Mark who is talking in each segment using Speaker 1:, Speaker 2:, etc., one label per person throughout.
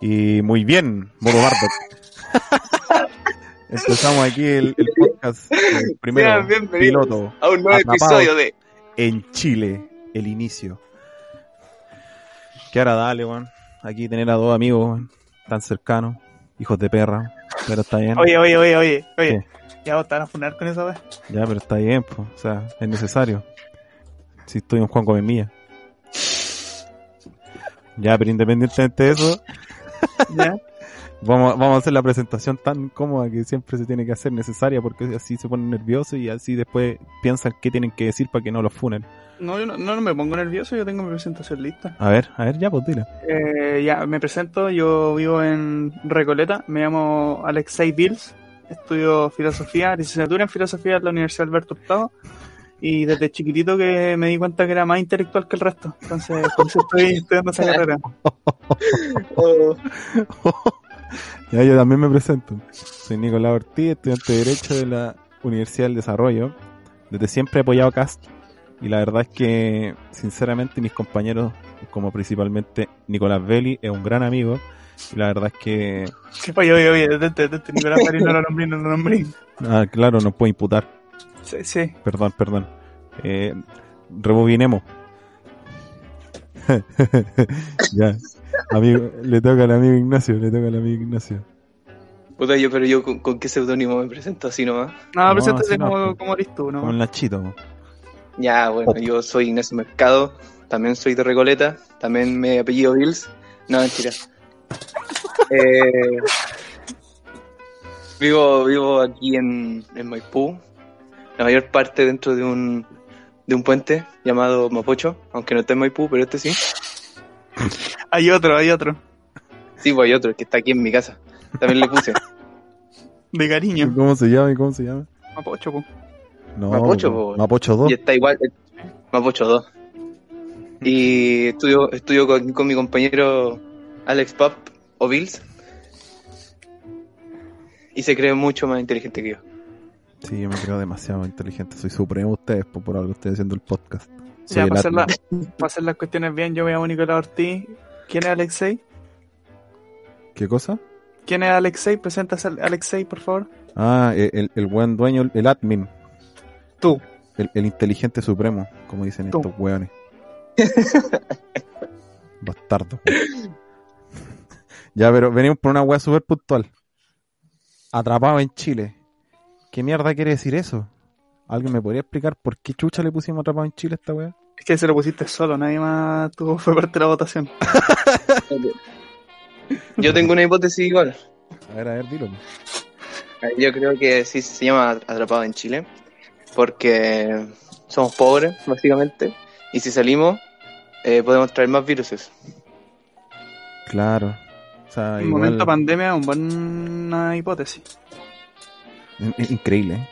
Speaker 1: Y muy bien, Moro Bardock. Empezamos aquí el, el podcast el primero
Speaker 2: Sean bienvenidos
Speaker 1: piloto
Speaker 2: a un nuevo
Speaker 1: Atrapados.
Speaker 2: episodio de
Speaker 1: en Chile, el inicio. Qué agradable, weón. Aquí tener a dos amigos weón, tan cercanos, hijos de perra, pero está bien.
Speaker 3: Oye, oye, oye, oye, oye. Ya vos te van a funar con esa weá.
Speaker 1: Ya, pero está bien, po. o sea, es necesario. Si estoy en Juan Gómez Mía. Ya, pero independientemente de eso,
Speaker 3: ¿Ya?
Speaker 1: Vamos, vamos a hacer la presentación tan cómoda que siempre se tiene que hacer necesaria porque así se ponen nerviosos y así después piensan qué tienen que decir para que no los funen.
Speaker 3: No, yo no, no, no me pongo nervioso, yo tengo mi presentación lista.
Speaker 1: A ver, a ver, ya pues dile.
Speaker 3: Eh, ya, me presento, yo vivo en Recoleta, me llamo Alexei Bills, estudio filosofía, licenciatura en filosofía en la Universidad Alberto Hurtado. Y desde chiquitito que me di cuenta que era más intelectual que el resto. Entonces, por eso estoy estudiando esa carrera.
Speaker 1: Ya yo también me presento. Soy Nicolás Ortiz, estudiante de Derecho de la Universidad del Desarrollo. Desde siempre he apoyado a CAST y la verdad es que, sinceramente, mis compañeros, como principalmente Nicolás Belli, es un gran amigo. Y la verdad es que,
Speaker 3: Oye, oye, oye, detente, detente, Nicolás Marín, no lo nombré, no lo nombré.
Speaker 1: ah, claro, nos puede imputar.
Speaker 3: Sí, sí.
Speaker 1: Perdón, perdón. Eh, rebobinemos. ya. Amigo, le toca al amigo Ignacio, le toca al amigo Ignacio.
Speaker 2: Puta, yo, pero yo con, con qué seudónimo me presento así nomás.
Speaker 3: No,
Speaker 1: No,
Speaker 3: preséntate
Speaker 1: así no,
Speaker 3: como,
Speaker 1: pues.
Speaker 3: como eres tú, ¿no?
Speaker 1: Con Nachito.
Speaker 2: Ya, bueno,
Speaker 1: Op.
Speaker 2: yo soy Ignacio Mercado, también soy de Recoleta, también me apellido Bills. No, mentira. Eh, vivo, vivo aquí en, en Maipú, la mayor parte dentro de un, de un puente llamado Mapocho, aunque no está en Maipú, pero este sí.
Speaker 3: Hay otro, hay otro.
Speaker 2: Sí, pues hay otro que está aquí en mi casa. También le puse.
Speaker 3: De cariño.
Speaker 1: ¿Cómo se llama y cómo se llama?
Speaker 3: Mapocho, po.
Speaker 1: No,
Speaker 2: Mapocho, po.
Speaker 1: Mapocho 2.
Speaker 2: Y está igual, eh, Mapocho 2. Y estudio, estudio con, con mi compañero Alex Pap o Bills. Y se cree mucho más inteligente que yo.
Speaker 1: Sí, yo me creo demasiado inteligente. Soy supremo ustedes, po, por algo estoy haciendo el podcast. Soy
Speaker 3: Ya,
Speaker 1: el
Speaker 3: para hacer,
Speaker 1: Atlas.
Speaker 3: la- para hacer las cuestiones bien, yo me llamo Nicolás Ortiz. ¿Quién es Alexei?
Speaker 1: ¿Qué cosa?
Speaker 3: ¿Quién es Alexei? Preséntase al- Alexei, por favor.
Speaker 1: Ah, el, el- el buen dueño, el admin.
Speaker 3: Tú.
Speaker 1: El, el inteligente supremo, como dicen
Speaker 3: Tú.
Speaker 1: estos hueones. Bastardo. ya, pero venimos por una hueá súper puntual. Atrapado en Chile. ¿Qué mierda quiere decir eso? ¿Alguien me podría explicar por qué chucha le pusimos atrapado en Chile a esta hueá?
Speaker 3: Es que se lo pusiste solo, nadie más tuvo, fue parte de la votación.
Speaker 2: Yo tengo una hipótesis igual. Eh,
Speaker 1: A ver, a ver, dilo.
Speaker 2: Yo creo que sí se llama Atrapado en Chile. Porque somos pobres, básicamente. Y si salimos, eh, podemos traer más viruses.
Speaker 1: Claro. O sea,
Speaker 3: En
Speaker 1: Ah, igual-
Speaker 3: momento pandemia, un buena hipótesis.
Speaker 1: in- in- increíble. ¿eh?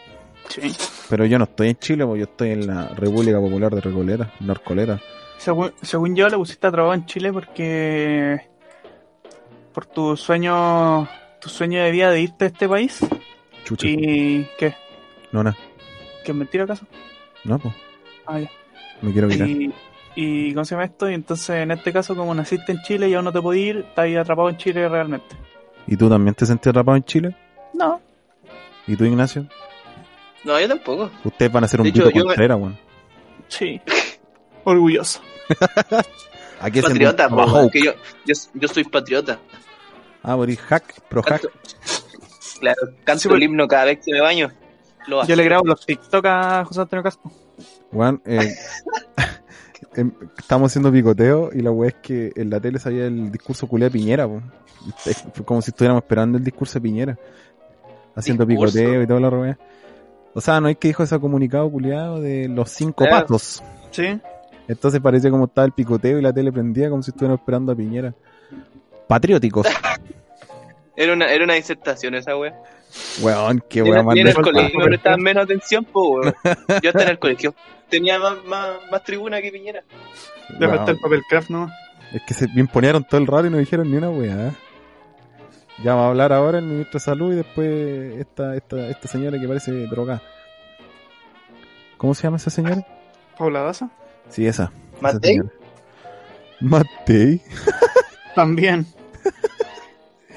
Speaker 3: Sí.
Speaker 1: Pero yo no estoy en Chile, porque yo estoy en la República Popular de Recoleta, Norcoleta.
Speaker 3: Según, según yo, le pusiste a trabajo en Chile porque. por tu sueño. tu sueño de vida de irte a este país.
Speaker 1: Chucha.
Speaker 3: ¿Y qué?
Speaker 1: No, no,
Speaker 3: ¿Qué es mentira acaso?
Speaker 1: no, po.
Speaker 3: Ah, ya.
Speaker 1: Me quiero mirar.
Speaker 3: Y, y ¿cómo se llama esto? Y entonces, en este caso, como naciste en Chile y aún no te podías ir, estás ahí atrapado en Chile realmente.
Speaker 1: ¿Y tú también te sentís atrapado en Chile?
Speaker 3: No.
Speaker 1: ¿Y tú, Ignacio?
Speaker 2: No, yo tampoco.
Speaker 1: Ustedes van a hacer un
Speaker 2: De hecho,
Speaker 1: Vito
Speaker 2: yo me-
Speaker 1: Contreras, weón.
Speaker 3: Sí. Orgulloso.
Speaker 1: Aquí hacen
Speaker 2: Patriota,
Speaker 1: un-
Speaker 2: po,
Speaker 3: Oh.
Speaker 1: Abajo.
Speaker 2: que yo, yo, yo soy patriota.
Speaker 1: Ah, por ir hack, pro hack.
Speaker 2: Canto- Claro, canto
Speaker 3: Sí, pues.
Speaker 2: el himno cada vez que me baño. Lo hago.
Speaker 3: Yo le grabo los TikTok a José Antonio Casco.
Speaker 1: Weón, eh, em, estamos haciendo picoteo y la weá es que en la tele salía el discurso culé de Piñera, po. Es como si estuviéramos esperando el discurso de Piñera. Haciendo
Speaker 2: Discurso.
Speaker 1: picoteo y toda la weá. O sea, no es que dijo ese comunicado culiado de los cinco
Speaker 2: Claro.
Speaker 1: patos.
Speaker 3: Sí.
Speaker 1: Entonces parecía como estaba el picoteo y la tele prendía como si estuviéramos esperando a Piñera. Patrióticos.
Speaker 2: Era una, era una disertación esa wea.
Speaker 1: Weón, qué
Speaker 2: Yo
Speaker 1: weá
Speaker 2: en,
Speaker 1: más
Speaker 2: el
Speaker 1: nefasta.
Speaker 2: colegio me prestaban menos atención, po, weón. Yo hasta en el colegio tenía más, más, más tribuna que Piñera.
Speaker 3: Le
Speaker 1: Weón.
Speaker 3: falta el papel craft, ¿no?
Speaker 1: Es que se imponieron todo el rato y no dijeron ni una weá. Ya va a hablar ahora el ministro de Salud y después esta, esta, esta señora que parece droga. ¿Cómo se llama esa señora?
Speaker 3: Paula Daza.
Speaker 1: Sí, esa. esa
Speaker 2: ¿Matei?
Speaker 1: señora. Matei.
Speaker 3: También.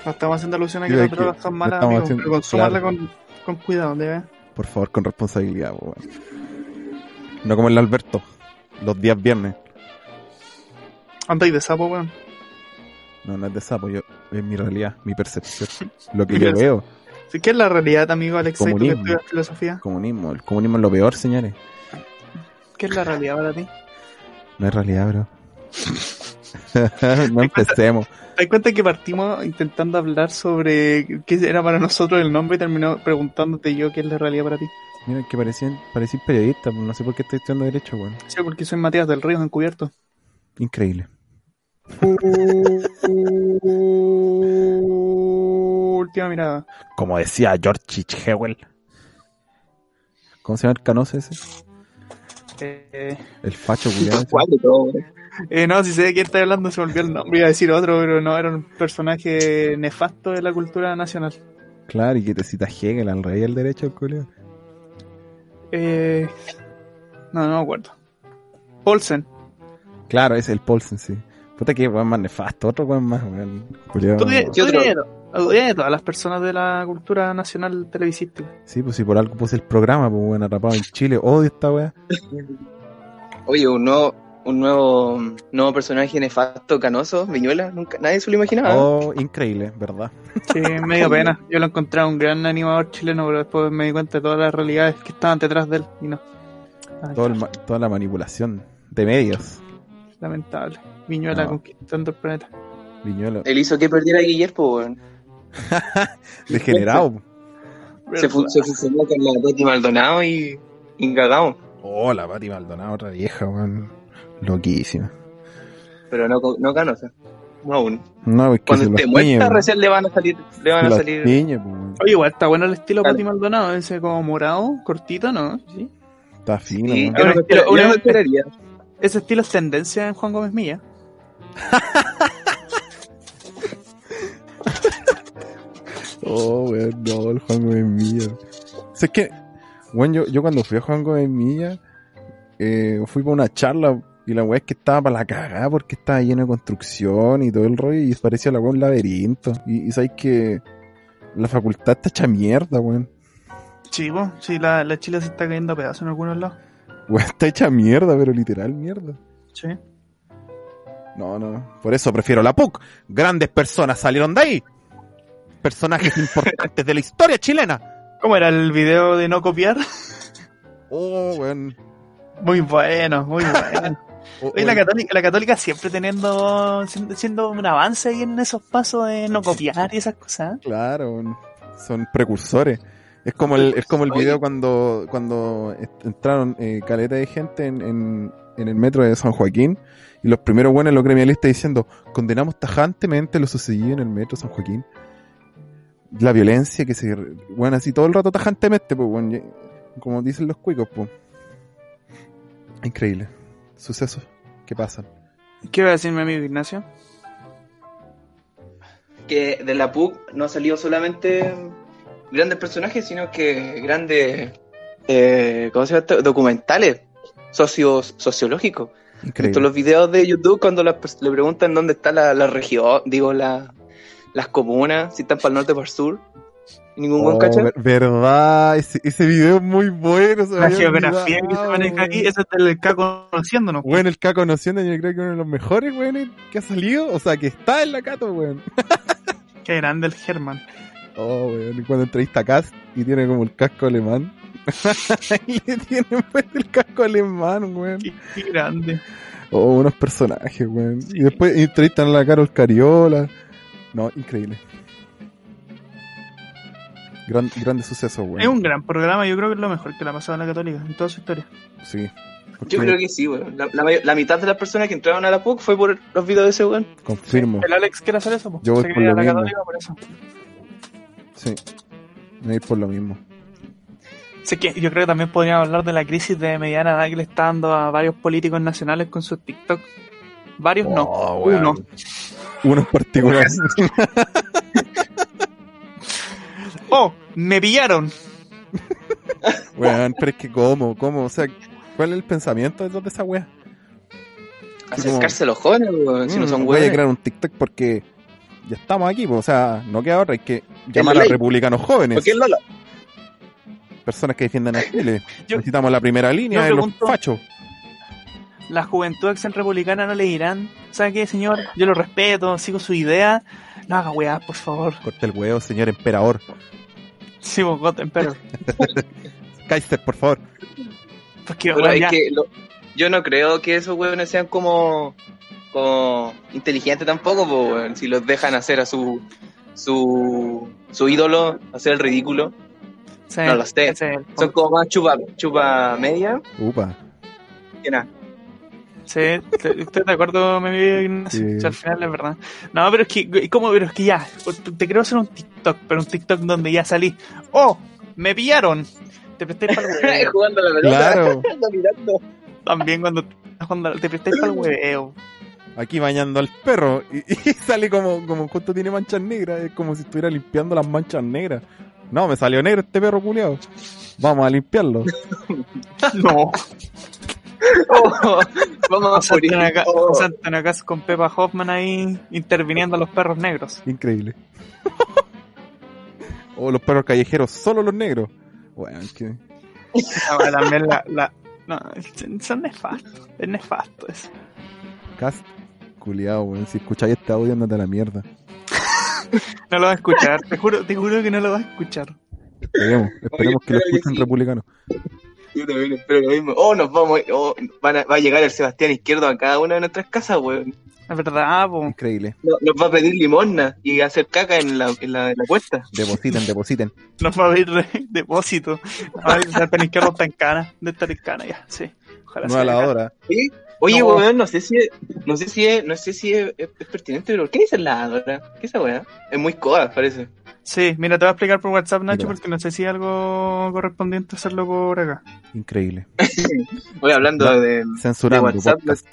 Speaker 3: No estamos haciendo alusión a que
Speaker 1: Digo,
Speaker 3: las
Speaker 1: es que
Speaker 3: drogas son
Speaker 1: no
Speaker 3: malas,
Speaker 1: estamos
Speaker 3: amigos,
Speaker 1: haciendo-
Speaker 3: pero consumarla
Speaker 1: claro.
Speaker 3: con, con cuidado, ¿debe?
Speaker 1: Por favor, con responsabilidad, po, weón. No como el Alberto, los días viernes.
Speaker 3: Andáis de sapo, weón.
Speaker 1: No, no es de sapo, yo, es mi realidad, mi percepción. Lo que yo veo,
Speaker 3: Si que es la realidad, amigo Alexei, tú que
Speaker 1: Comunismo.
Speaker 3: estudias filosofía,
Speaker 1: comunismo. El comunismo es lo peor, señores.
Speaker 3: ¿qué es la realidad para ti?
Speaker 1: No es realidad, bro. no empecemos.
Speaker 3: ¿Te das cuenta que partimos intentando hablar sobre qué era para nosotros el nombre y terminó preguntándote yo qué es la realidad para ti?
Speaker 1: Mira, que parecían, parecían periodistas, no sé por qué estoy estudiando derecho, weón.
Speaker 3: Sí, porque soy Matías del Río, encubierto.
Speaker 1: Increíble.
Speaker 3: Última mirada.
Speaker 1: Como decía George Hewell. ¿Cómo se llama el canoso ese?
Speaker 3: Eh,
Speaker 1: El facho culiado. ese.
Speaker 2: Cuatro, todo, weón.
Speaker 3: eh, no, si sé de quién está hablando, se volvió el nombre. Iba a decir otro, pero no, era un personaje nefasto de la cultura nacional.
Speaker 1: Claro, y que te cita Hegel, al rey del derecho, el culiado.
Speaker 3: Eh, no, no me acuerdo. Paulsen.
Speaker 1: Claro, es el Paulsen, sí. Puta que weón más nefasto, otro weón más, weón. Culiao.
Speaker 3: Tú odias
Speaker 2: ¿Qué
Speaker 3: tú
Speaker 2: otro?
Speaker 3: odias de to- odias de todas las personas de la cultura nacional televisística.
Speaker 1: Sí, pues si por algo puse el programa, pues weón, atrapado en Chile, odio esta weá.
Speaker 2: Oye, un nuevo, un nuevo, un nuevo personaje nefasto, canoso, Viñuela, nunca, nadie se lo imaginaba.
Speaker 1: Oh, increíble, ¿verdad?
Speaker 3: Sí, me dio pena. Yo lo encontré un gran animador chileno, pero después me di cuenta de todas las realidades que estaban detrás de él y no. Ay,
Speaker 1: Todo el ma- toda la manipulación de medios.
Speaker 3: Lamentable. Viñuela
Speaker 1: No.
Speaker 3: conquistando el planeta.
Speaker 1: Viñuelo.
Speaker 2: Él hizo que perdiera a Guillermo, weón.
Speaker 1: Degenerado.
Speaker 2: Se, fu- se fusionó con la Pati Maldonado y, y cagamos.
Speaker 1: Oh, la Pati Maldonado, otra vieja, weón. Loquísima.
Speaker 2: Pero no, co- no canosa. No aún.
Speaker 1: No, es que
Speaker 2: Cuando
Speaker 1: se
Speaker 2: esté
Speaker 1: los
Speaker 2: muerta,
Speaker 1: tiñe,
Speaker 2: recién le van a salir. Le van
Speaker 1: Se
Speaker 2: a
Speaker 1: los
Speaker 2: salir.
Speaker 1: tiñe, pues, weón.
Speaker 3: Oye, igual está bueno el estilo
Speaker 2: Claro.
Speaker 3: Pati Maldonado, ese como morado, cortito, ¿no? Sí.
Speaker 1: Está fino,
Speaker 2: Sí,
Speaker 1: weón.
Speaker 2: yo no me espero- yo no me esperaría.
Speaker 3: Ese estilo es tendencia en Juan Gómez Milla.
Speaker 1: Oh, weón, no, el Juan Gómez Milla. O sea, es que, weón, yo, yo cuando fui a Juan Gómez Milla, eh, fui para una charla y la weá es que estaba para la cagada porque estaba lleno de construcción y todo el rollo y parecía la weá un laberinto. Y, y sabes que la facultad está hecha mierda, weón.
Speaker 3: Sí, po, sí, la, la Chile se está cayendo a pedazos en algunos lados.
Speaker 1: Weón, está hecha mierda, pero literal mierda.
Speaker 3: Sí.
Speaker 1: No, no, no. Por eso prefiero la PUC. Grandes personas salieron de ahí. Personajes importantes de la historia chilena.
Speaker 3: ¿Cómo era el video de no copiar?
Speaker 1: Oh, weón.
Speaker 3: Muy bueno, muy bueno.
Speaker 1: Oh,
Speaker 3: Oye, la
Speaker 1: weón.
Speaker 3: católica, la católica siempre teniendo, siendo, siendo un avance ahí en esos pasos de no copiar y esas cosas. ¿eh?
Speaker 1: Claro, weón. son precursores. Es como el, es como el video
Speaker 2: Oye.
Speaker 1: cuando, cuando est- entraron eh, caleta de gente en, en- en el metro de San Joaquín y los primeros buenos los gremialistas diciendo condenamos tajantemente lo sucedido en el metro de San Joaquín. La violencia que se... re- Bueno, así todo el rato tajantemente, pues, weón, y- como dicen los cuicos, pues. Increíble. Sucesos que pasan.
Speaker 3: ¿Qué va a decir mi amigo Ignacio?
Speaker 2: que de la PUC no ha salido solamente grandes personajes, sino que grandes eh, ¿cómo se llama esto? documentales socios, sociológicos. Estos
Speaker 1: Increíble.
Speaker 2: los videos de YouTube cuando las pers- le preguntan dónde está la, la región, digo la- las comunas, si están para el norte o para el sur. Y Ningún buen
Speaker 1: Oh,
Speaker 2: cacha.
Speaker 1: ver- verdad, ese, ese video es muy bueno. se me
Speaker 3: La
Speaker 1: había
Speaker 3: geografía que se
Speaker 1: olvidado,
Speaker 3: maneja aquí,
Speaker 1: weón.
Speaker 3: esa es del K conociéndonos.
Speaker 1: Bueno, el Caco Nocienda yo creo que uno de los mejores, weón, que ha salido. O sea, que está en la Cato, weón.
Speaker 3: Qué grande el Germán.
Speaker 1: Oh, weón, y cuando entrevista a Cass y tiene como el casco alemán. y le tiene pues el casco alemán, weón.
Speaker 3: Qué, qué grande.
Speaker 1: Oh, unos personajes, weón. Y después entrevistan a la Carol Cariola. No, increíble. Gran, grande suceso, weón.
Speaker 3: Es un gran programa, yo creo que es lo mejor que le ha pasado a la católica en toda su historia.
Speaker 1: Sí. Porque
Speaker 2: Yo creo que sí, weón. La, la may- la mitad de las personas que entraron a la PUC fue por los videos de ese weón.
Speaker 1: Confirmo.
Speaker 3: El Alex quiere hacer eso, po.
Speaker 1: Yo voy
Speaker 3: Se
Speaker 1: por
Speaker 3: quería
Speaker 1: lo
Speaker 3: la
Speaker 1: mismo.
Speaker 3: Católica por eso.
Speaker 1: Sí. Me voy a ir por lo mismo.
Speaker 3: Sé que yo creo que también podríamos hablar de la crisis de mediana edad que le está dando a varios políticos nacionales con sus TikTok. Varios no,
Speaker 1: Oh, weón.
Speaker 3: uno.
Speaker 1: Uno en particular.
Speaker 3: Oh, me pillaron.
Speaker 1: Weón, pero es que cómo, cómo, o sea, ¿cuál es el pensamiento detrás de esa wea?
Speaker 2: Acercarse a los jóvenes, weón, si no
Speaker 1: Mm,
Speaker 2: son
Speaker 1: Voy a
Speaker 2: weones.
Speaker 1: crear un TikTok porque ya estamos aquí, pues, o sea, no queda otra, hay que llamar
Speaker 2: la
Speaker 1: a
Speaker 2: ley.
Speaker 1: republicanos jóvenes,
Speaker 2: Porque es Lola.
Speaker 1: personas que defiendan a Chile.
Speaker 3: Yo-
Speaker 1: Necesitamos la primera línea
Speaker 3: yo
Speaker 1: de los
Speaker 3: pregunto-
Speaker 1: fachos.
Speaker 3: la juventud acción republicana no le dirán, ¿sabe qué, señor? Yo lo respeto, sigo su idea. No haga weá, por favor.
Speaker 1: Corta el huevo, señor emperador.
Speaker 3: Sí, vos, Goten, pero.
Speaker 1: Kaiser, por favor.
Speaker 3: Porque,
Speaker 2: Pero
Speaker 3: weón,
Speaker 2: es
Speaker 3: ya,
Speaker 2: que lo- yo no creo que esos huevones sean como, como inteligentes tampoco, po, weón. si los dejan hacer a su, su, su ídolo, hacer el ridículo.
Speaker 3: sí,
Speaker 2: no lo sé.
Speaker 3: ese es el
Speaker 2: Son como más chupa, chupa media
Speaker 1: Upa.
Speaker 2: que nada.
Speaker 3: Sí, te- estoy de acuerdo, mi amigo Ignacio.
Speaker 1: Sí.
Speaker 3: O sea, al final es verdad. No, pero es que, ¿cómo? Pero es que ya, te quiero hacer un TikTok, pero un TikTok donde ya salí. ¡Oh! ¡Me pillaron! Te presté para el hueveo.
Speaker 2: Jugando a la pelota,
Speaker 1: Claro,
Speaker 2: mirando.
Speaker 3: También cuando cuando te presté para el hueveo.
Speaker 1: aquí bañando al perro y, y sale como, como justo tiene manchas negras, es como si estuviera limpiando las manchas negras. No, me salió negro este perro culeado. Vamos a limpiarlo.
Speaker 3: No,
Speaker 2: Oh, vamos a morir.
Speaker 3: Santana Cas
Speaker 2: Oh,
Speaker 3: con Pepa Hoffman ahí interviniendo a los perros negros.
Speaker 1: Increíble. o los perros callejeros, solo los negros. Bueno, es que
Speaker 3: Ah, bueno, También la, la- no, son nefastos, es nefasto eso.
Speaker 1: cast culiado, weón. Si escucháis este audio, andate a la mierda.
Speaker 3: No lo vas a escuchar, te juro, te juro que no lo vas a escuchar.
Speaker 1: Esperemos, esperemos que lo
Speaker 2: espero que
Speaker 1: escuchen
Speaker 2: sí.
Speaker 1: republicanos.
Speaker 2: yo también espero lo mismo. Oh, nos vamos. a ir. Oh, van a- va a llegar el Sebastián Izquierdo a cada una de nuestras casas, weón.
Speaker 3: Es verdad,
Speaker 2: Oh.
Speaker 3: po.
Speaker 1: Increíble.
Speaker 2: No- Nos va a pedir limosna y hacer caca en la, en la, en la cuesta.
Speaker 1: Depositen, depositen.
Speaker 3: nos va a abrir re- depósito. Ahora el sartén izquierdo está en cana, de estar en cana ya, sí. Ojalá
Speaker 1: Nueva
Speaker 3: sea
Speaker 1: la
Speaker 3: cana.
Speaker 1: hora.
Speaker 2: Oye, oye,
Speaker 3: No.
Speaker 2: weón, no sé si es, no sé si es, no sé si es, es- es pertinente, pero ¿qué dice la hora? ¿Qué es esa weá? Es muy coda, parece.
Speaker 3: Sí, mira, te voy a explicar por WhatsApp, Nacho,
Speaker 1: Mira.
Speaker 3: porque no sé si hay algo correspondiente hacerlo por acá.
Speaker 1: Increíble.
Speaker 2: Voy hablando
Speaker 1: No.
Speaker 2: de
Speaker 1: Censurando.
Speaker 2: De WhatsApp,
Speaker 1: podcast.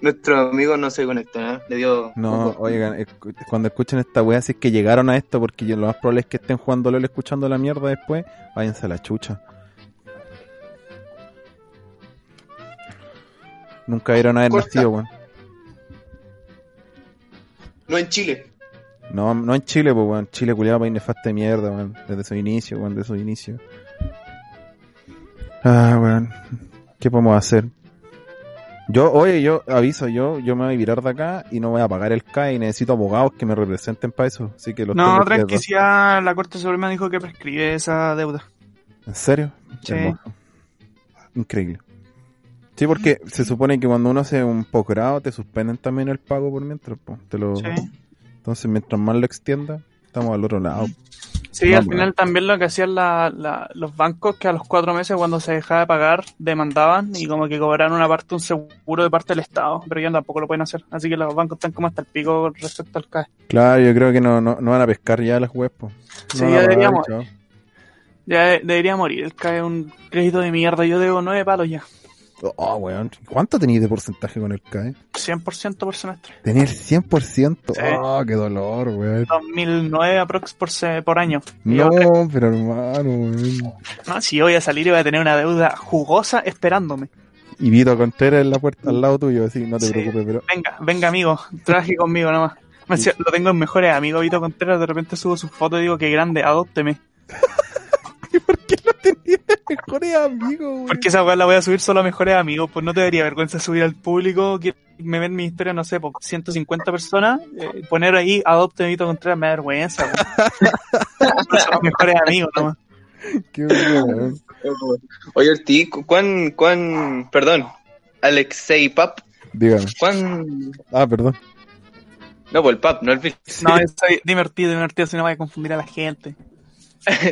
Speaker 2: nuestro amigo no se conectó, ¿eh? Le dio
Speaker 1: No, oigan, escu- cuando escuchen esta weá, si es que llegaron a esto, porque yo- lo más probable es que estén jugando LOL escuchando la mierda después, váyanse a la chucha. Nunca vieron haber
Speaker 2: Corta.
Speaker 1: nacido, weón.
Speaker 2: No en Chile.
Speaker 1: No, no en Chile, pues, weón. Chile culiado país nefasto de mierda, weón. Desde su inicio, weón, desde su inicio. Ah, weón. ¿Qué podemos hacer? Yo, oye, yo aviso, yo, yo me voy a virar de acá y no voy a pagar el CAE y necesito abogados que me representen para eso. Así que los
Speaker 3: No,
Speaker 1: tengo que-
Speaker 3: tranquilidad, la Corte Suprema dijo que prescribe esa deuda.
Speaker 1: ¿En serio?
Speaker 3: Sí.
Speaker 1: Hermoso. Increíble. Sí, porque se supone que cuando uno hace un posgrado te suspenden también el pago por mientras. po. Te lo...
Speaker 3: Sí.
Speaker 1: Entonces, mientras más lo extienda, estamos al otro lado.
Speaker 3: Sí,
Speaker 1: No,
Speaker 3: al
Speaker 1: man.
Speaker 3: final también lo que hacían la- la- los bancos, que a los cuatro meses cuando se dejaba de pagar, demandaban y como que cobraron una parte, un seguro de parte del Estado, pero ya tampoco lo pueden hacer. Así que los bancos están como hasta el pico respecto al CAE.
Speaker 1: Claro, yo creo que no, no, no van a pescar ya las webs. po. No
Speaker 3: Sí,
Speaker 1: van a
Speaker 3: ya
Speaker 1: pagar,
Speaker 3: deberíamos.
Speaker 1: chao.
Speaker 3: Ya de- debería morir, el CAE es un crédito de mierda, yo debo nueve palos ya,
Speaker 1: Oh, weón. ¿Cuánto tenéis de porcentaje con el eh? CAE?
Speaker 3: 100% por semestre.
Speaker 1: Tener 100%.
Speaker 3: Sí.
Speaker 1: Oh, qué dolor, weón.
Speaker 3: 2009 aprox por, se- por año. Y
Speaker 1: No,
Speaker 3: ahora-
Speaker 1: pero hermano, weón.
Speaker 3: no, si yo voy a salir y voy a tener una deuda jugosa esperándome.
Speaker 1: Y Vito Contreras en la puerta al lado tuyo, así, no te
Speaker 3: Sí.
Speaker 1: preocupes, pero
Speaker 3: Venga, venga amigo, traje conmigo nomás. Me decía, lo tengo en mejores amigos, Vito Contreras, de repente subo su foto y digo que grande, adópteme.
Speaker 1: no tenía mejores amigos, weón.
Speaker 3: Porque esa weá la voy a subir solo a mejores amigos, pues no te daría vergüenza subir al público, que me ven mi historia, no sé, por 150 personas, eh, poner ahí adopte Vito Contreras me da vergüenza. weón. Por eso los mejores amigos nomás.
Speaker 1: Qué weón.
Speaker 2: Oye, Ortiz, cu- ¿cuán, cuán, perdón, Alexei Pap,
Speaker 1: Dígame.
Speaker 2: cuán,
Speaker 1: Ah, perdón.
Speaker 2: no, pues el Pap, no el Bill.
Speaker 3: No, yo soy divertido, divertido, si no voy a confundir a la gente.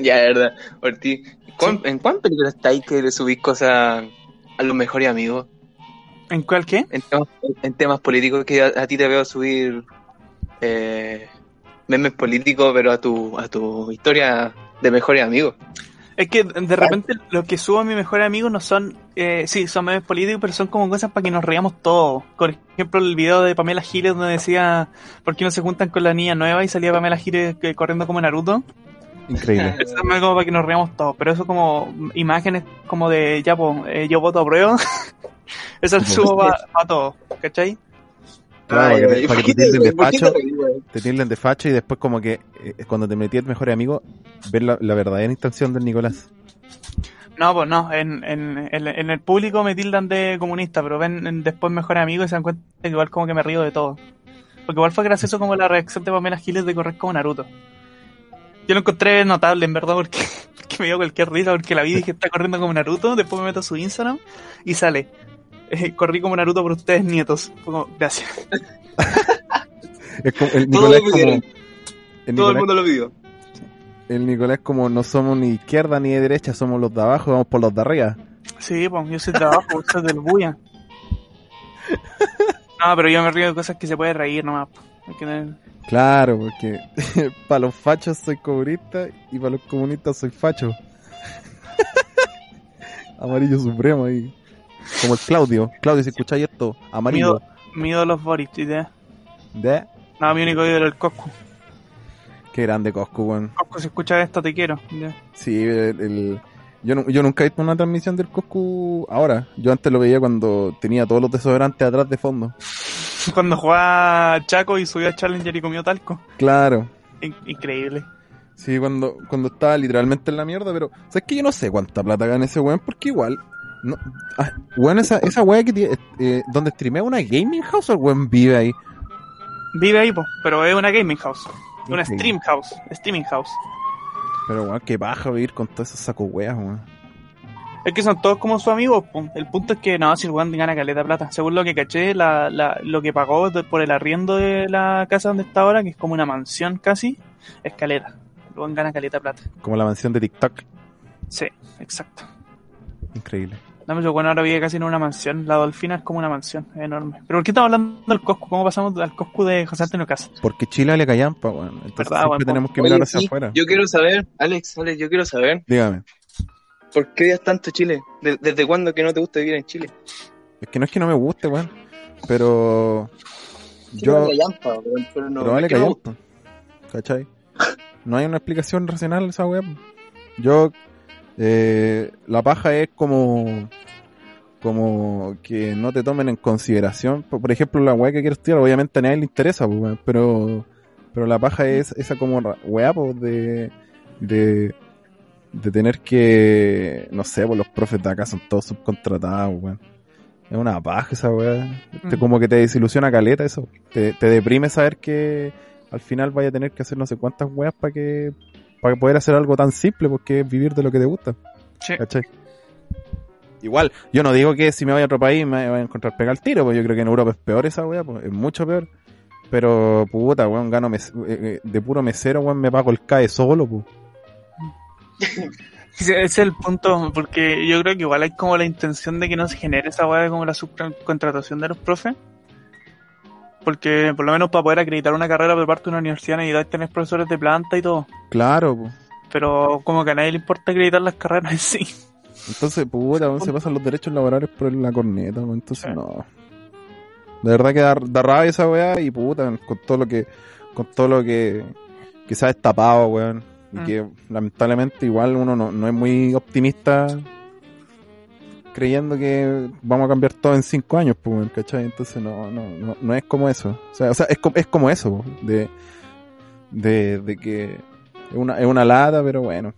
Speaker 2: ya, de verdad, Ortiz, ¿cuán- ¿en cuán peligro estáis que le subís cosas a los mejores amigos?
Speaker 3: ¿En cuál qué?
Speaker 2: en temas, en temas políticos que a, a ti te veo subir eh, memes políticos, pero a tu, a tu historia de mejores amigos.
Speaker 3: Es que de repente los que subo a mis mejores amigos no son, eh, sí, son memes políticos, pero son como cosas para que nos reamos todos. Por ejemplo, el video de Pamela Giles donde decía, ¿por qué no se juntan con la niña nueva? Y salía Pamela Giles eh, corriendo como Naruto.
Speaker 1: Increíble.
Speaker 3: Eso también como para que nos reamos todos, pero eso como imágenes como de, ya, pues, eh, yo voto a prueba. eso lo subo para todos, ¿cachai?
Speaker 1: Claro, Ah, para que,
Speaker 2: Ay,
Speaker 1: para que
Speaker 2: ¿por qué
Speaker 1: te tilden de
Speaker 2: ¿por qué te
Speaker 1: facho,
Speaker 2: reí, güey?
Speaker 1: te tilden de facho y después como que eh, cuando te metías mejor amigo, ver la, la verdadera intención del Nicolás.
Speaker 3: No, pues no, en, en, en- en el público me tildan de comunista, pero ven en- después mejores amigos y se dan cuenta que igual como que me río de todo. Porque igual fue gracioso como la reacción de Pamela Giles de correr como Naruto. Yo lo encontré notable, en verdad, porque, porque me dio cualquier risa, porque la vi y dije, está corriendo como Naruto, después me meto a su Instagram y sale. eh, corrí como Naruto por ustedes, nietos. Fue como, gracias.
Speaker 1: Es como, el
Speaker 2: Todo
Speaker 1: Nicolás
Speaker 2: lo
Speaker 1: como...
Speaker 2: pidieron.
Speaker 1: el
Speaker 2: Todo el
Speaker 1: Nicolás-
Speaker 2: mundo lo pidió.
Speaker 1: el Nicolás como no somos ni izquierda ni de derecha, somos los de abajo, vamos por los de arriba.
Speaker 3: Sí, pues yo soy de abajo, usted es del bulla. No, pero yo me río de cosas que se puede reír nomás. po. Hay que tener-
Speaker 1: Claro, porque para los fachos soy comunista y para los comunistas soy facho. Amarillo supremo ahí. Como el Claudio. Claudio, si escucháis esto, amarillo.
Speaker 3: Mi ídolo es Boris, ¿sí? No,
Speaker 1: ¿De?
Speaker 3: mi único ídolo es el Coscu.
Speaker 1: Qué grande Coscu, weón.
Speaker 3: Coscu, si escuchas esto, te quiero. ¿ya?
Speaker 1: Sí, el, el- yo, nu- yo nunca he visto una transmisión del Coscu ahora. Yo antes lo veía cuando tenía todos los desodorantes atrás de fondo.
Speaker 3: Cuando jugaba Chaco y subió a Challenger y comió talco.
Speaker 1: Claro.
Speaker 3: In- increíble.
Speaker 1: Sí, cuando, cuando estaba literalmente en la mierda, pero sabes que yo no sé cuánta plata gana ese weón, porque igual, no, ah, weón, esa, esa weá que tiene, eh, donde streamea una gaming house o el weón vive ahí.
Speaker 3: Vive ahí, po, pero es una gaming house. Una
Speaker 1: Ok.
Speaker 3: stream house. Streaming house.
Speaker 1: Pero weón, qué baja vivir con todos esos sacos weas, weón.
Speaker 3: Es que son todos como sus amigos. po. El punto es que no, si el weón gana caleta de plata. Según lo que caché, la, la- lo que pagó de- por el arriendo de la casa donde está ahora, que es como una mansión casi, es caleta. El weón gana caleta de plata.
Speaker 1: Como la mansión de TikTok.
Speaker 3: Sí, exacto.
Speaker 1: Increíble.
Speaker 3: No, pero bueno, ahora vive casi en una mansión. La Dolfina es como una mansión, es enorme. Pero ¿por qué estamos hablando del Coscu? ¿Cómo pasamos al Coscu de José Antonio Casas?
Speaker 1: Porque Chile le callampa, weón. Entonces
Speaker 3: Verdad,
Speaker 1: siempre
Speaker 3: weón.
Speaker 1: tenemos que
Speaker 2: Oye,
Speaker 1: mirar hacia
Speaker 2: sí,
Speaker 1: afuera.
Speaker 2: Yo quiero saber, Alex, Alex, yo quiero saber,
Speaker 1: Dígame.
Speaker 2: ¿por qué odias tanto Chile? ¿De- ¿Desde cuándo que no te gusta vivir en Chile?
Speaker 1: Es que no es que no me guste, weón. Pero yo...
Speaker 2: Chile es una llampa, weón, pero no,
Speaker 1: Pero vale
Speaker 2: es que no me gusta.
Speaker 1: callampa, ¿Cachai? No hay una explicación racional a esa web. Yo. eh, la paja es como. Como que no te tomen en consideración. Por, por ejemplo, la weá que quiero estudiar, obviamente a nadie le interesa, pues, weón, pero. Pero la paja es esa como ra- weá, pues, de. de de tener que, no sé, pues los profes de acá son todos subcontratados, weón. Es una paja esa weá. Te-
Speaker 3: Mm.
Speaker 1: como que te desilusiona caleta eso. Te, te deprime saber que al final vaya a tener que hacer no sé cuántas weas para que para poder hacer algo tan simple, porque es vivir de lo que te gusta.
Speaker 3: Sí.
Speaker 1: ¿Cachai? Igual, yo no digo que si me voy a otro país me voy a encontrar pegar el tiro, pues yo creo que en Europa es peor esa wea, pues, es mucho peor. Pero, puta, weón, gano mes- eh, eh, de puro mesero, weón, me pago el CAE solo, pues.
Speaker 3: Ese es el punto, porque yo creo que igual hay como la intención de que no se genere esa weá de como la subcontratación de los profes. Porque por lo menos para poder acreditar una carrera por parte de una universidad necesitas tener profesores de planta y todo.
Speaker 1: Claro, pues.
Speaker 3: Pero como que a nadie le importa acreditar las carreras en sí.
Speaker 1: Entonces, pues, puta, weón, se pasan los derechos laborales por la corneta, weón, entonces
Speaker 3: Sí.
Speaker 1: no. De verdad que da, da rabia esa weá y puta, con todo lo que, con todo lo que, que se ha destapado, weón. Y
Speaker 3: Mm.
Speaker 1: que lamentablemente igual uno no, no es muy optimista creyendo que vamos a cambiar todo en cinco años, pues, weón, ¿cachai? Entonces no, no, no, no es como eso. O sea, o sea, es, co- es como eso, po, de, de, de que es una, es una lata, pero bueno.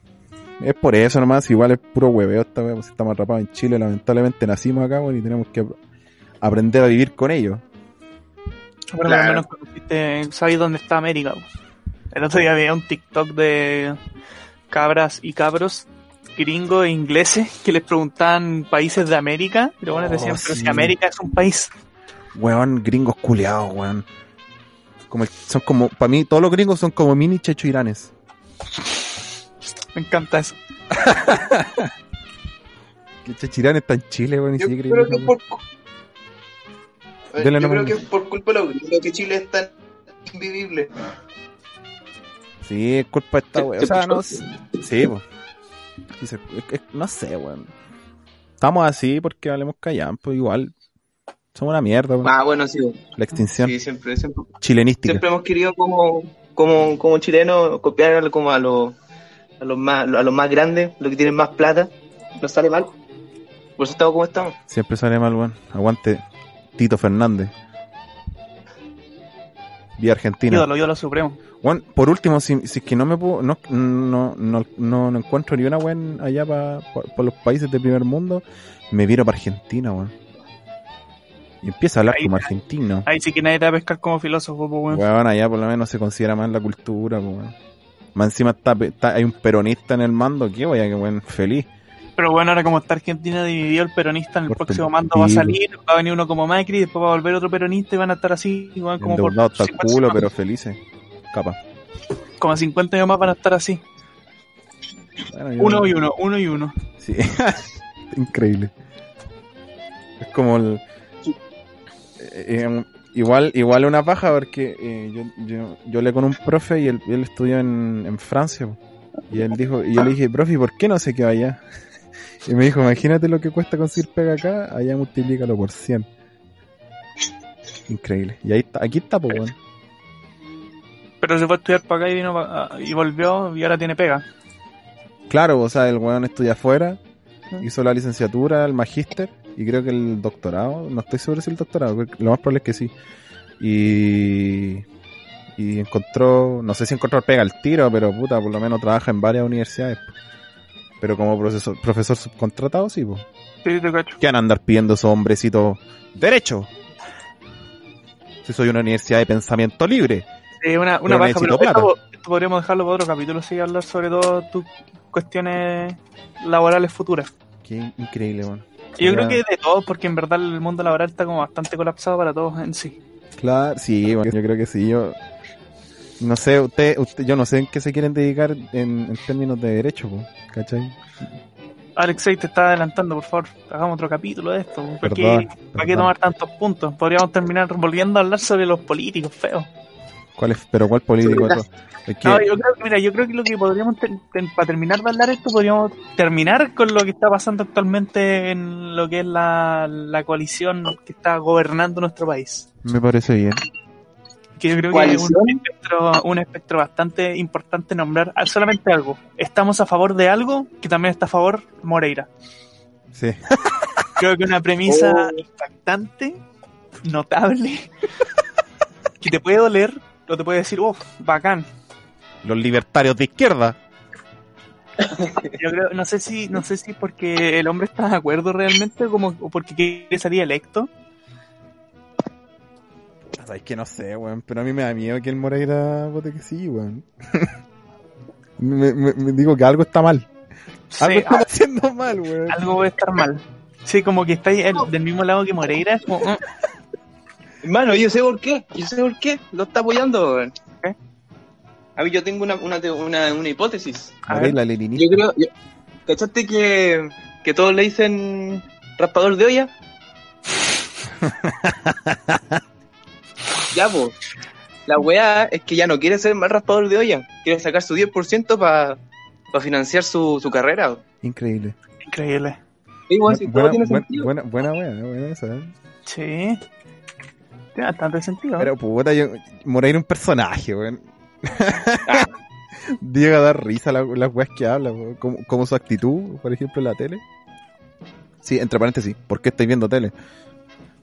Speaker 1: Es por eso nomás, igual es puro hueveo esta wea, pues estamos atrapados en Chile, lamentablemente nacimos acá, weón, y tenemos que ap- aprender a vivir con ellos.
Speaker 3: Pero por lo
Speaker 2: Claro.
Speaker 3: menos conociste- sabes dónde está América. po. El otro día veía un TikTok de cabras y cabros gringos e ingleses que les preguntaban países de América. Pero bueno,
Speaker 1: Oh,
Speaker 3: decían, pero
Speaker 1: sí.
Speaker 3: si América es un país.
Speaker 1: Weón, gringos culeados, weón. Como el- son como, para mí, todos los gringos son como mini checho iranes.
Speaker 3: Me encanta eso.
Speaker 1: Que checho Irán está en Chile, weón, y
Speaker 2: Yo
Speaker 1: sigue
Speaker 2: creo
Speaker 1: creyendo
Speaker 2: que
Speaker 1: esa
Speaker 2: por... cu- A ver,
Speaker 1: Dele
Speaker 2: yo
Speaker 1: nomás.
Speaker 2: creo que por culpa de los gringos que Chile es tan invivible.
Speaker 1: wea. Sí, es culpa de esta
Speaker 2: ¿Te-
Speaker 1: weón.
Speaker 2: te
Speaker 1: O sea, no sé.
Speaker 2: escuchó?
Speaker 1: Sí, po. Sí, se- es que- No sé, weón. Estamos así porque hablemos callampo, igual. Somos una mierda, weón.
Speaker 2: Ah, bueno, sí.
Speaker 1: La extinción
Speaker 2: Sí, siempre, siempre,
Speaker 1: chilenística.
Speaker 2: siempre hemos querido como, como, como chilenos copiar como a los, a los más, a los más grandes, los que tienen más plata. Nos sale mal. Por eso estamos como estamos.
Speaker 1: Siempre sale mal, weón. Aguante Tito Fernández. Vía Argentina.
Speaker 3: Ídolo, ídolo supremo.
Speaker 1: Bueno, por último, si, si es que no me puedo, no, no, no, no, no encuentro ni una weón allá pa- pa- por los países del primer mundo, me viro para Argentina, weón. Y empiezo a hablar
Speaker 3: Ahí-
Speaker 1: como argentino.
Speaker 3: Ahí sí que nadie te va a pescar como filósofo, pues, weón.
Speaker 1: Weón, allá por lo menos se considera más la cultura, po, weón. Más encima está, pe- está- hay un peronista en el mando, que vaya, que weón, feliz.
Speaker 3: Pero bueno, ahora como está Argentina dividido, el peronista en el
Speaker 1: Por
Speaker 3: próximo
Speaker 1: tu-
Speaker 3: mando va a
Speaker 1: sí.
Speaker 3: salir, va a venir uno como Macri, después va a volver otro peronista y van a estar así, igual como por
Speaker 1: Endeudado hasta el
Speaker 3: 50
Speaker 1: culo,
Speaker 3: años-
Speaker 1: pero felices. Capaz.
Speaker 3: como 50 años más van a estar así.
Speaker 1: Bueno, yo-
Speaker 3: Uno y uno, uno y uno.
Speaker 1: Sí. Increíble. Es como el. eh, eh, igual, igual una paja, porque eh, yo, yo, yo hablé con un profe y él, él estudió en, en Francia. po. Y él dijo, y yo le dije, profe, ¿y ¿por qué no se queda allá? Y me dijo, imagínate lo que cuesta conseguir pega acá, allá multiplícalo por 100. Increíble. Y ahí está, aquí está, pues, weón.
Speaker 3: Pero se fue a estudiar para acá y vino pa- y volvió y ahora tiene pega.
Speaker 1: Claro, o sea, el weón estudia afuera, hizo la licenciatura, el magíster y creo que el doctorado, no estoy seguro si el doctorado, creo que- lo más probable es que sí. Y, y encontró, no sé si encontró pega al tiro, pero puta, por lo menos trabaja en varias universidades. po. Pero como profesor, profesor subcontratado, sí, pues.
Speaker 3: Sí, te cacho.
Speaker 1: ¿Qué van a andar pidiendo esos hombrecitos? ¡Derecho! Si soy una universidad de pensamiento libre.
Speaker 3: Sí, una, una
Speaker 1: Pero
Speaker 3: baja,
Speaker 1: necesito
Speaker 3: pero
Speaker 1: plata.
Speaker 3: esto, po- esto podríamos dejarlo para otro capítulo, sí, hablar sobre todo tus cuestiones laborales futuras.
Speaker 1: Qué increíble, weón.
Speaker 3: Y yo
Speaker 1: Sería-
Speaker 3: creo que de todos, porque en verdad el mundo laboral está como bastante colapsado para todos en sí.
Speaker 1: Claro, sí, bueno, yo creo que sí. Yo no sé, usted, usted, yo no sé en qué se quieren dedicar en, en términos de derecho, po, ¿cachai?
Speaker 3: Alexei, te está adelantando, por favor, hagamos otro capítulo de esto. po. ¿Para
Speaker 1: Perdón,
Speaker 3: qué, para qué
Speaker 1: perdón.
Speaker 3: tomar tantos puntos? Podríamos terminar volviendo a hablar sobre los políticos feos.
Speaker 1: ¿Cuál es, pero cuál político?
Speaker 2: Sí,
Speaker 1: Es que,
Speaker 3: No, yo creo que, mira, yo creo que lo que podríamos, ter- ter- para terminar de hablar esto, podríamos terminar con lo que está pasando actualmente en lo que es la, la coalición que está gobernando nuestro país.
Speaker 1: me parece bien.
Speaker 3: Que yo creo que es
Speaker 2: ¿Coalición?
Speaker 3: un espectro, un espectro bastante importante nombrar ah, solamente algo. Estamos a favor de algo que también está a favor Moreira.
Speaker 1: Sí.
Speaker 3: Creo que una premisa
Speaker 2: Oh.
Speaker 3: impactante, notable, que te puede doler, o te puede decir, uff, bacán,
Speaker 1: Los libertarios de izquierda.
Speaker 3: Yo creo, no sé si, no sé si porque el hombre está de acuerdo realmente, como o porque quiere salir electo.
Speaker 1: O sea, es que Ah, no sé, weón, pero a mí me da miedo que el Moreira vote que sí, weón. me, me- me digo que algo está mal. Algo
Speaker 3: Sí, ah.
Speaker 1: está haciendo mal, weón.
Speaker 3: a- algo puede estar mal. Sí, como que está ahí el- del mismo lado que Moreira. es como, mm,
Speaker 2: Hermano, yo sé por qué, yo sé por qué, lo está apoyando, weón.
Speaker 3: ¿Qué?
Speaker 2: ¿Eh? A ver, yo tengo una, una, teo- una, una hipótesis.
Speaker 3: a
Speaker 1: Moreira,
Speaker 3: ver,
Speaker 1: la leninista.
Speaker 2: Yo creo, yo- ¿cachaste que, que todos le dicen raspador de olla? ya, pues. La weá es que ya no quiere ser más raspador de olla, quiere sacar su 10% para financiar su, su carrera. weón.
Speaker 1: Increíble.
Speaker 3: increíble.
Speaker 2: Sí, weón, si todo
Speaker 1: buena,
Speaker 2: tiene
Speaker 1: buena-
Speaker 2: sentido.
Speaker 1: buena, buena, buena, buena esa, ¿eh?
Speaker 3: Sí. Tiene bastante sentido.
Speaker 1: Pero puta, yo, Moreira un personaje, weón. Llega a dar risa la- las weas que habla, weón. como, como su actitud, por ejemplo, en la tele. Sí, entre paréntesis, ¿por qué estáis viendo tele?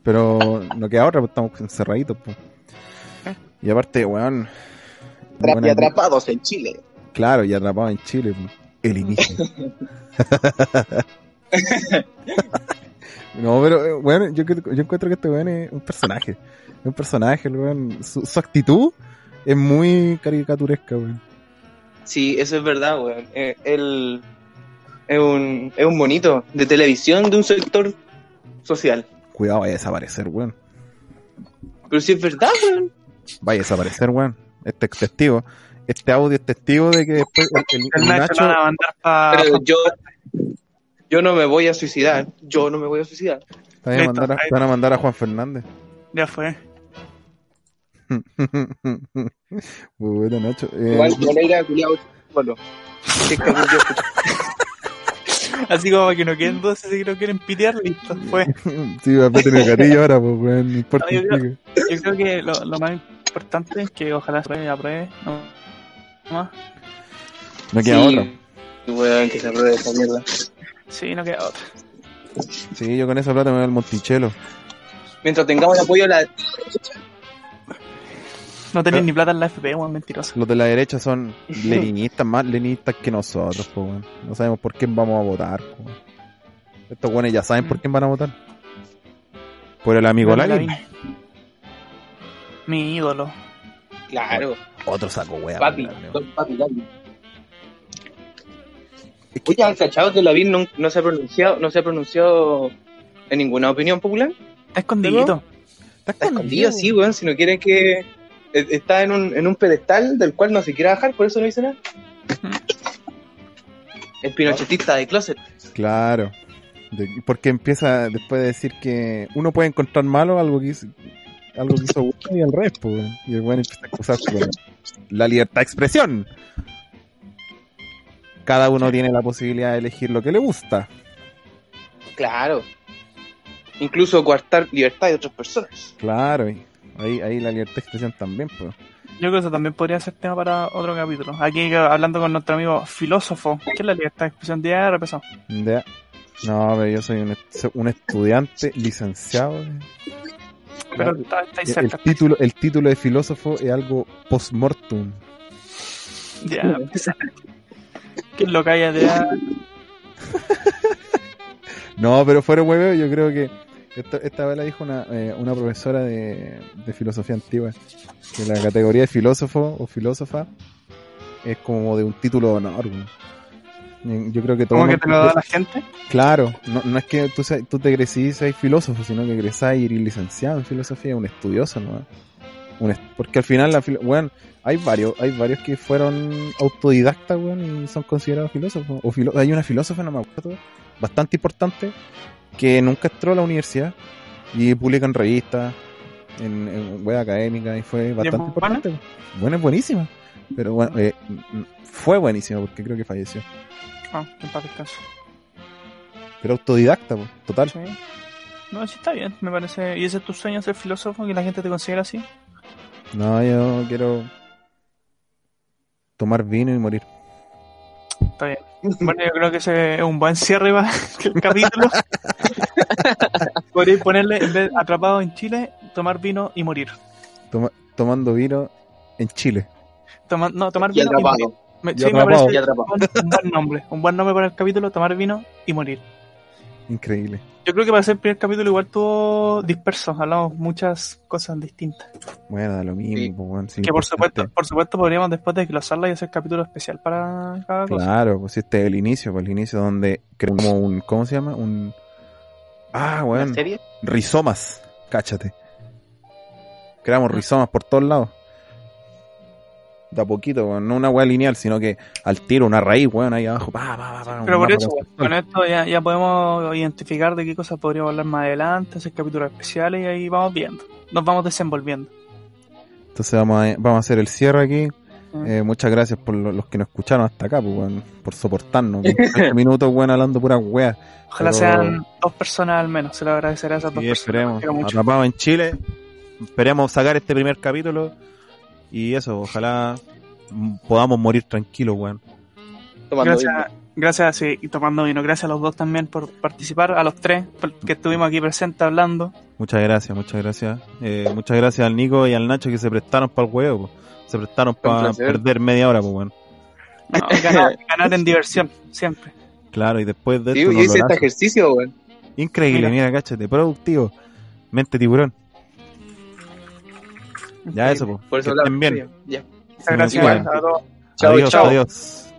Speaker 1: Pero no queda otra, pues estamos encerraditos, pues. Y aparte, weón.
Speaker 2: Tra-
Speaker 1: weón,
Speaker 2: y atrapados en Chile.
Speaker 1: Claro, y atrapado en Chile, pues. El inicio. no, pero, eh, weón, yo, creo- yo encuentro que este weón es un personaje. Es un personaje, el weón. Su, su actitud es muy caricaturesca, weón.
Speaker 2: Sí, eso es verdad, weón. Eh, él es un, es un bonito de televisión de un sector social.
Speaker 1: Cuidado, vaya a desaparecer, weón.
Speaker 2: Pero si es verdad, weón.
Speaker 1: Vaya a desaparecer, weón. Este es testigo. Este audio es testigo de que después el, el-
Speaker 3: el
Speaker 1: el
Speaker 3: Nacho, lo van
Speaker 1: Nacho,
Speaker 3: a mandar para.
Speaker 2: Pero yo, yo no me voy a suicidar. Yo no me voy a suicidar.
Speaker 1: te van, a mandar a, te van a mandar a Juan Fernández.
Speaker 3: Ya fue.
Speaker 1: Puta, Nacho. Eh,
Speaker 2: Igual Moreira, culiao, bueno. Sí, cabrón, yo-
Speaker 3: Así como que no quieren dos, si no quieren pitear, listo. Fue.
Speaker 1: sí, va a tener el gatillo ahora, pues, weón. No importa
Speaker 3: No, yo
Speaker 1: un
Speaker 3: creo-
Speaker 1: pico.
Speaker 3: Yo creo que lo, lo más importante es que ojalá se apruebe. No, no más.
Speaker 1: No queda
Speaker 2: Sí,
Speaker 1: otro.
Speaker 2: Weón, que se apruebe esa mierda.
Speaker 3: Sí, no queda otra.
Speaker 1: Sí, yo con esa plata me voy al Monticello.
Speaker 2: Mientras tengamos el apoyo de la.
Speaker 3: No tenéis ni plata en la FP, weón, mentiroso.
Speaker 1: Los de la derecha son leninistas, más leninistas que nosotros, po, weón. No sabemos por quién vamos a votar, po, weón. Estos weones ya saben por quién van a votar. Por el amigo Lavín.
Speaker 3: Lavín. Mi ídolo.
Speaker 2: Claro,
Speaker 1: Otro saco, weón.
Speaker 2: papi,
Speaker 1: weón.
Speaker 2: don papi, Lavín.
Speaker 1: Es que-
Speaker 2: Oye, ¿han cachado que Lavín no, no se ha pronunciado, no se ha pronunciado en ninguna opinión popular?
Speaker 3: Está escondidito.
Speaker 2: Está escondido, sí, weón, si no quiere que... eh, Está en un, en un pedestal del cual no se quiere bajar, por eso no dice nada. El pinochetista de closet.
Speaker 1: Claro. De- porque empieza después de decir que uno puede encontrar malo algo que hizo, algo que hizo bueno y al revés, po, weón. Y el weón empieza a acusar por la libertad de expresión. Cada uno tiene la posibilidad de elegir lo que le gusta.
Speaker 2: Claro. Incluso coartar libertad de otras personas.
Speaker 1: Claro, y ahí, ahí la libertad de expresión también, pues.
Speaker 3: Yo creo que eso también podría ser tema para otro capítulo. Aquí hablando con nuestro amigo filósofo, que es la libertad de expresión de ya repasado.
Speaker 1: Ya. No, pero yo soy un, est- un estudiante licenciado. eh.
Speaker 3: Pero
Speaker 1: Claro,
Speaker 3: está, está ahí
Speaker 1: el, el
Speaker 3: cerca.
Speaker 1: título, el título de filósofo es algo post-mortem.
Speaker 3: Ya, que lo que haya de ya.
Speaker 1: No, pero fuera hueveo, yo creo que esta, esta vez la dijo una, eh, una profesora de, de filosofía antigua, que la categoría de filósofo o filósofa es como de un título de honor. güey. Y Yo creo que todo...
Speaker 3: ¿Cómo que te lo da la gente?
Speaker 1: Claro, no, no es que tú, seas- tú te egresís y seas filósofo, sino que egresás y eres licenciado en filosofía, un estudioso, ¿no? Un est- porque al final, la filo- weón, hay varios, hay varios que fueron autodidactas, weón, y son considerados filósofos. O filo- hay una filósofa, no me acuerdo, bastante importante, que nunca entró a la universidad y publica en revistas, en, en web académica, y fue bastante
Speaker 3: buena?
Speaker 1: importante. weón. Bueno, es buenísima. Pero bueno, eh, mm, mm, fue buenísima porque creo que falleció.
Speaker 3: Ah, que en paz descanse.
Speaker 1: Pero autodidacta, pues, total.
Speaker 3: Sí. No, sí está bien, me parece. ¿Y ese es tu sueño, ser filósofo, que la gente te considera así?
Speaker 1: No, yo quiero tomar vino y morir.
Speaker 3: Está bien. Bueno, yo creo que ese es un buen cierre para el capítulo. Podríais ponerle, en vez de atrapado en Chile, tomar vino y morir.
Speaker 1: Toma- tomando vino en Chile.
Speaker 3: Toma- no, tomar
Speaker 2: Y
Speaker 3: vino y morir.
Speaker 2: atrapado,
Speaker 3: Me-
Speaker 1: Y
Speaker 3: sí, me
Speaker 1: atrapado.
Speaker 2: y
Speaker 3: parece
Speaker 2: atrapado.
Speaker 3: un, un buen nombre. Un buen nombre para el capítulo, tomar vino y morir.
Speaker 1: Increíble.
Speaker 3: Yo creo que para ser el primer capítulo igual estuvo disperso. Hablamos muchas cosas distintas.
Speaker 1: Bueno, da lo mismo.
Speaker 2: Sí.
Speaker 1: pues, weón, sí,
Speaker 3: que por
Speaker 1: importante.
Speaker 3: supuesto, por supuesto podríamos después desglosarla y hacer capítulo especial para cada cosa.
Speaker 1: Claro, pues este es el inicio, pues el inicio donde creamos un. ¿Cómo se llama? Un. Ah,
Speaker 2: ¿La
Speaker 1: weón.
Speaker 2: serie?
Speaker 1: Rizomas. Cáchate. Creamos rizomas por todos lados. Da poquito, weón. No una weá lineal, sino que al tiro, una raíz, weón, ahí abajo. Pa, pa, pa, pa,
Speaker 3: Pero
Speaker 1: un
Speaker 3: por
Speaker 1: mapa
Speaker 3: eso, pues,
Speaker 1: conceptual.
Speaker 3: con esto ya, ya podemos identificar de qué cosas podríamos hablar más adelante, hacer capítulos especiales y ahí vamos viendo. Nos vamos desenvolviendo.
Speaker 1: Entonces vamos a, vamos a hacer el cierre aquí.
Speaker 3: Mm.
Speaker 1: Eh, muchas gracias por lo- los que nos escucharon hasta acá, pues, weón, por soportarnos. 28 minutos, weón, hablando pura weas.
Speaker 3: Ojalá
Speaker 1: Pero-
Speaker 3: sean dos personas al menos, se lo agradecerá a esas dos
Speaker 1: Y
Speaker 3: personas.
Speaker 1: esperemos,
Speaker 3: los quiero mucho.
Speaker 1: atrapados en Chile. Esperemos sacar este primer capítulo. Y eso, ojalá mm, podamos morir tranquilos, weón.
Speaker 2: Tomando vino.
Speaker 3: Gracias, gracias sí, y tomando vino, gracias a los dos también por participar, a los tres por- que estuvimos aquí presentes hablando.
Speaker 1: Muchas gracias, muchas gracias. Eh, muchas gracias al Nico y al Nacho que se prestaron para el huevo, po. Se prestaron
Speaker 2: Fue un
Speaker 1: para
Speaker 2: placer.
Speaker 1: perder media hora, pues, weón.
Speaker 3: No, ganar, ganar en diversión, siempre.
Speaker 1: Claro, y después de
Speaker 2: Sí,
Speaker 1: esto, un
Speaker 2: yo hice este
Speaker 1: olorazo.
Speaker 2: ejercicio, weón.
Speaker 1: Increíble,
Speaker 3: Mira.
Speaker 1: mira. cáchate, productivo. Mente tiburón. Ya eso, pues.
Speaker 2: Por eso
Speaker 1: que estén
Speaker 2: hablaba.
Speaker 1: bien.
Speaker 2: Ya.
Speaker 3: Muchas gracias
Speaker 1: Igual.
Speaker 3: a todos.
Speaker 2: Chao,
Speaker 1: adiós,
Speaker 2: chao.
Speaker 1: adiós.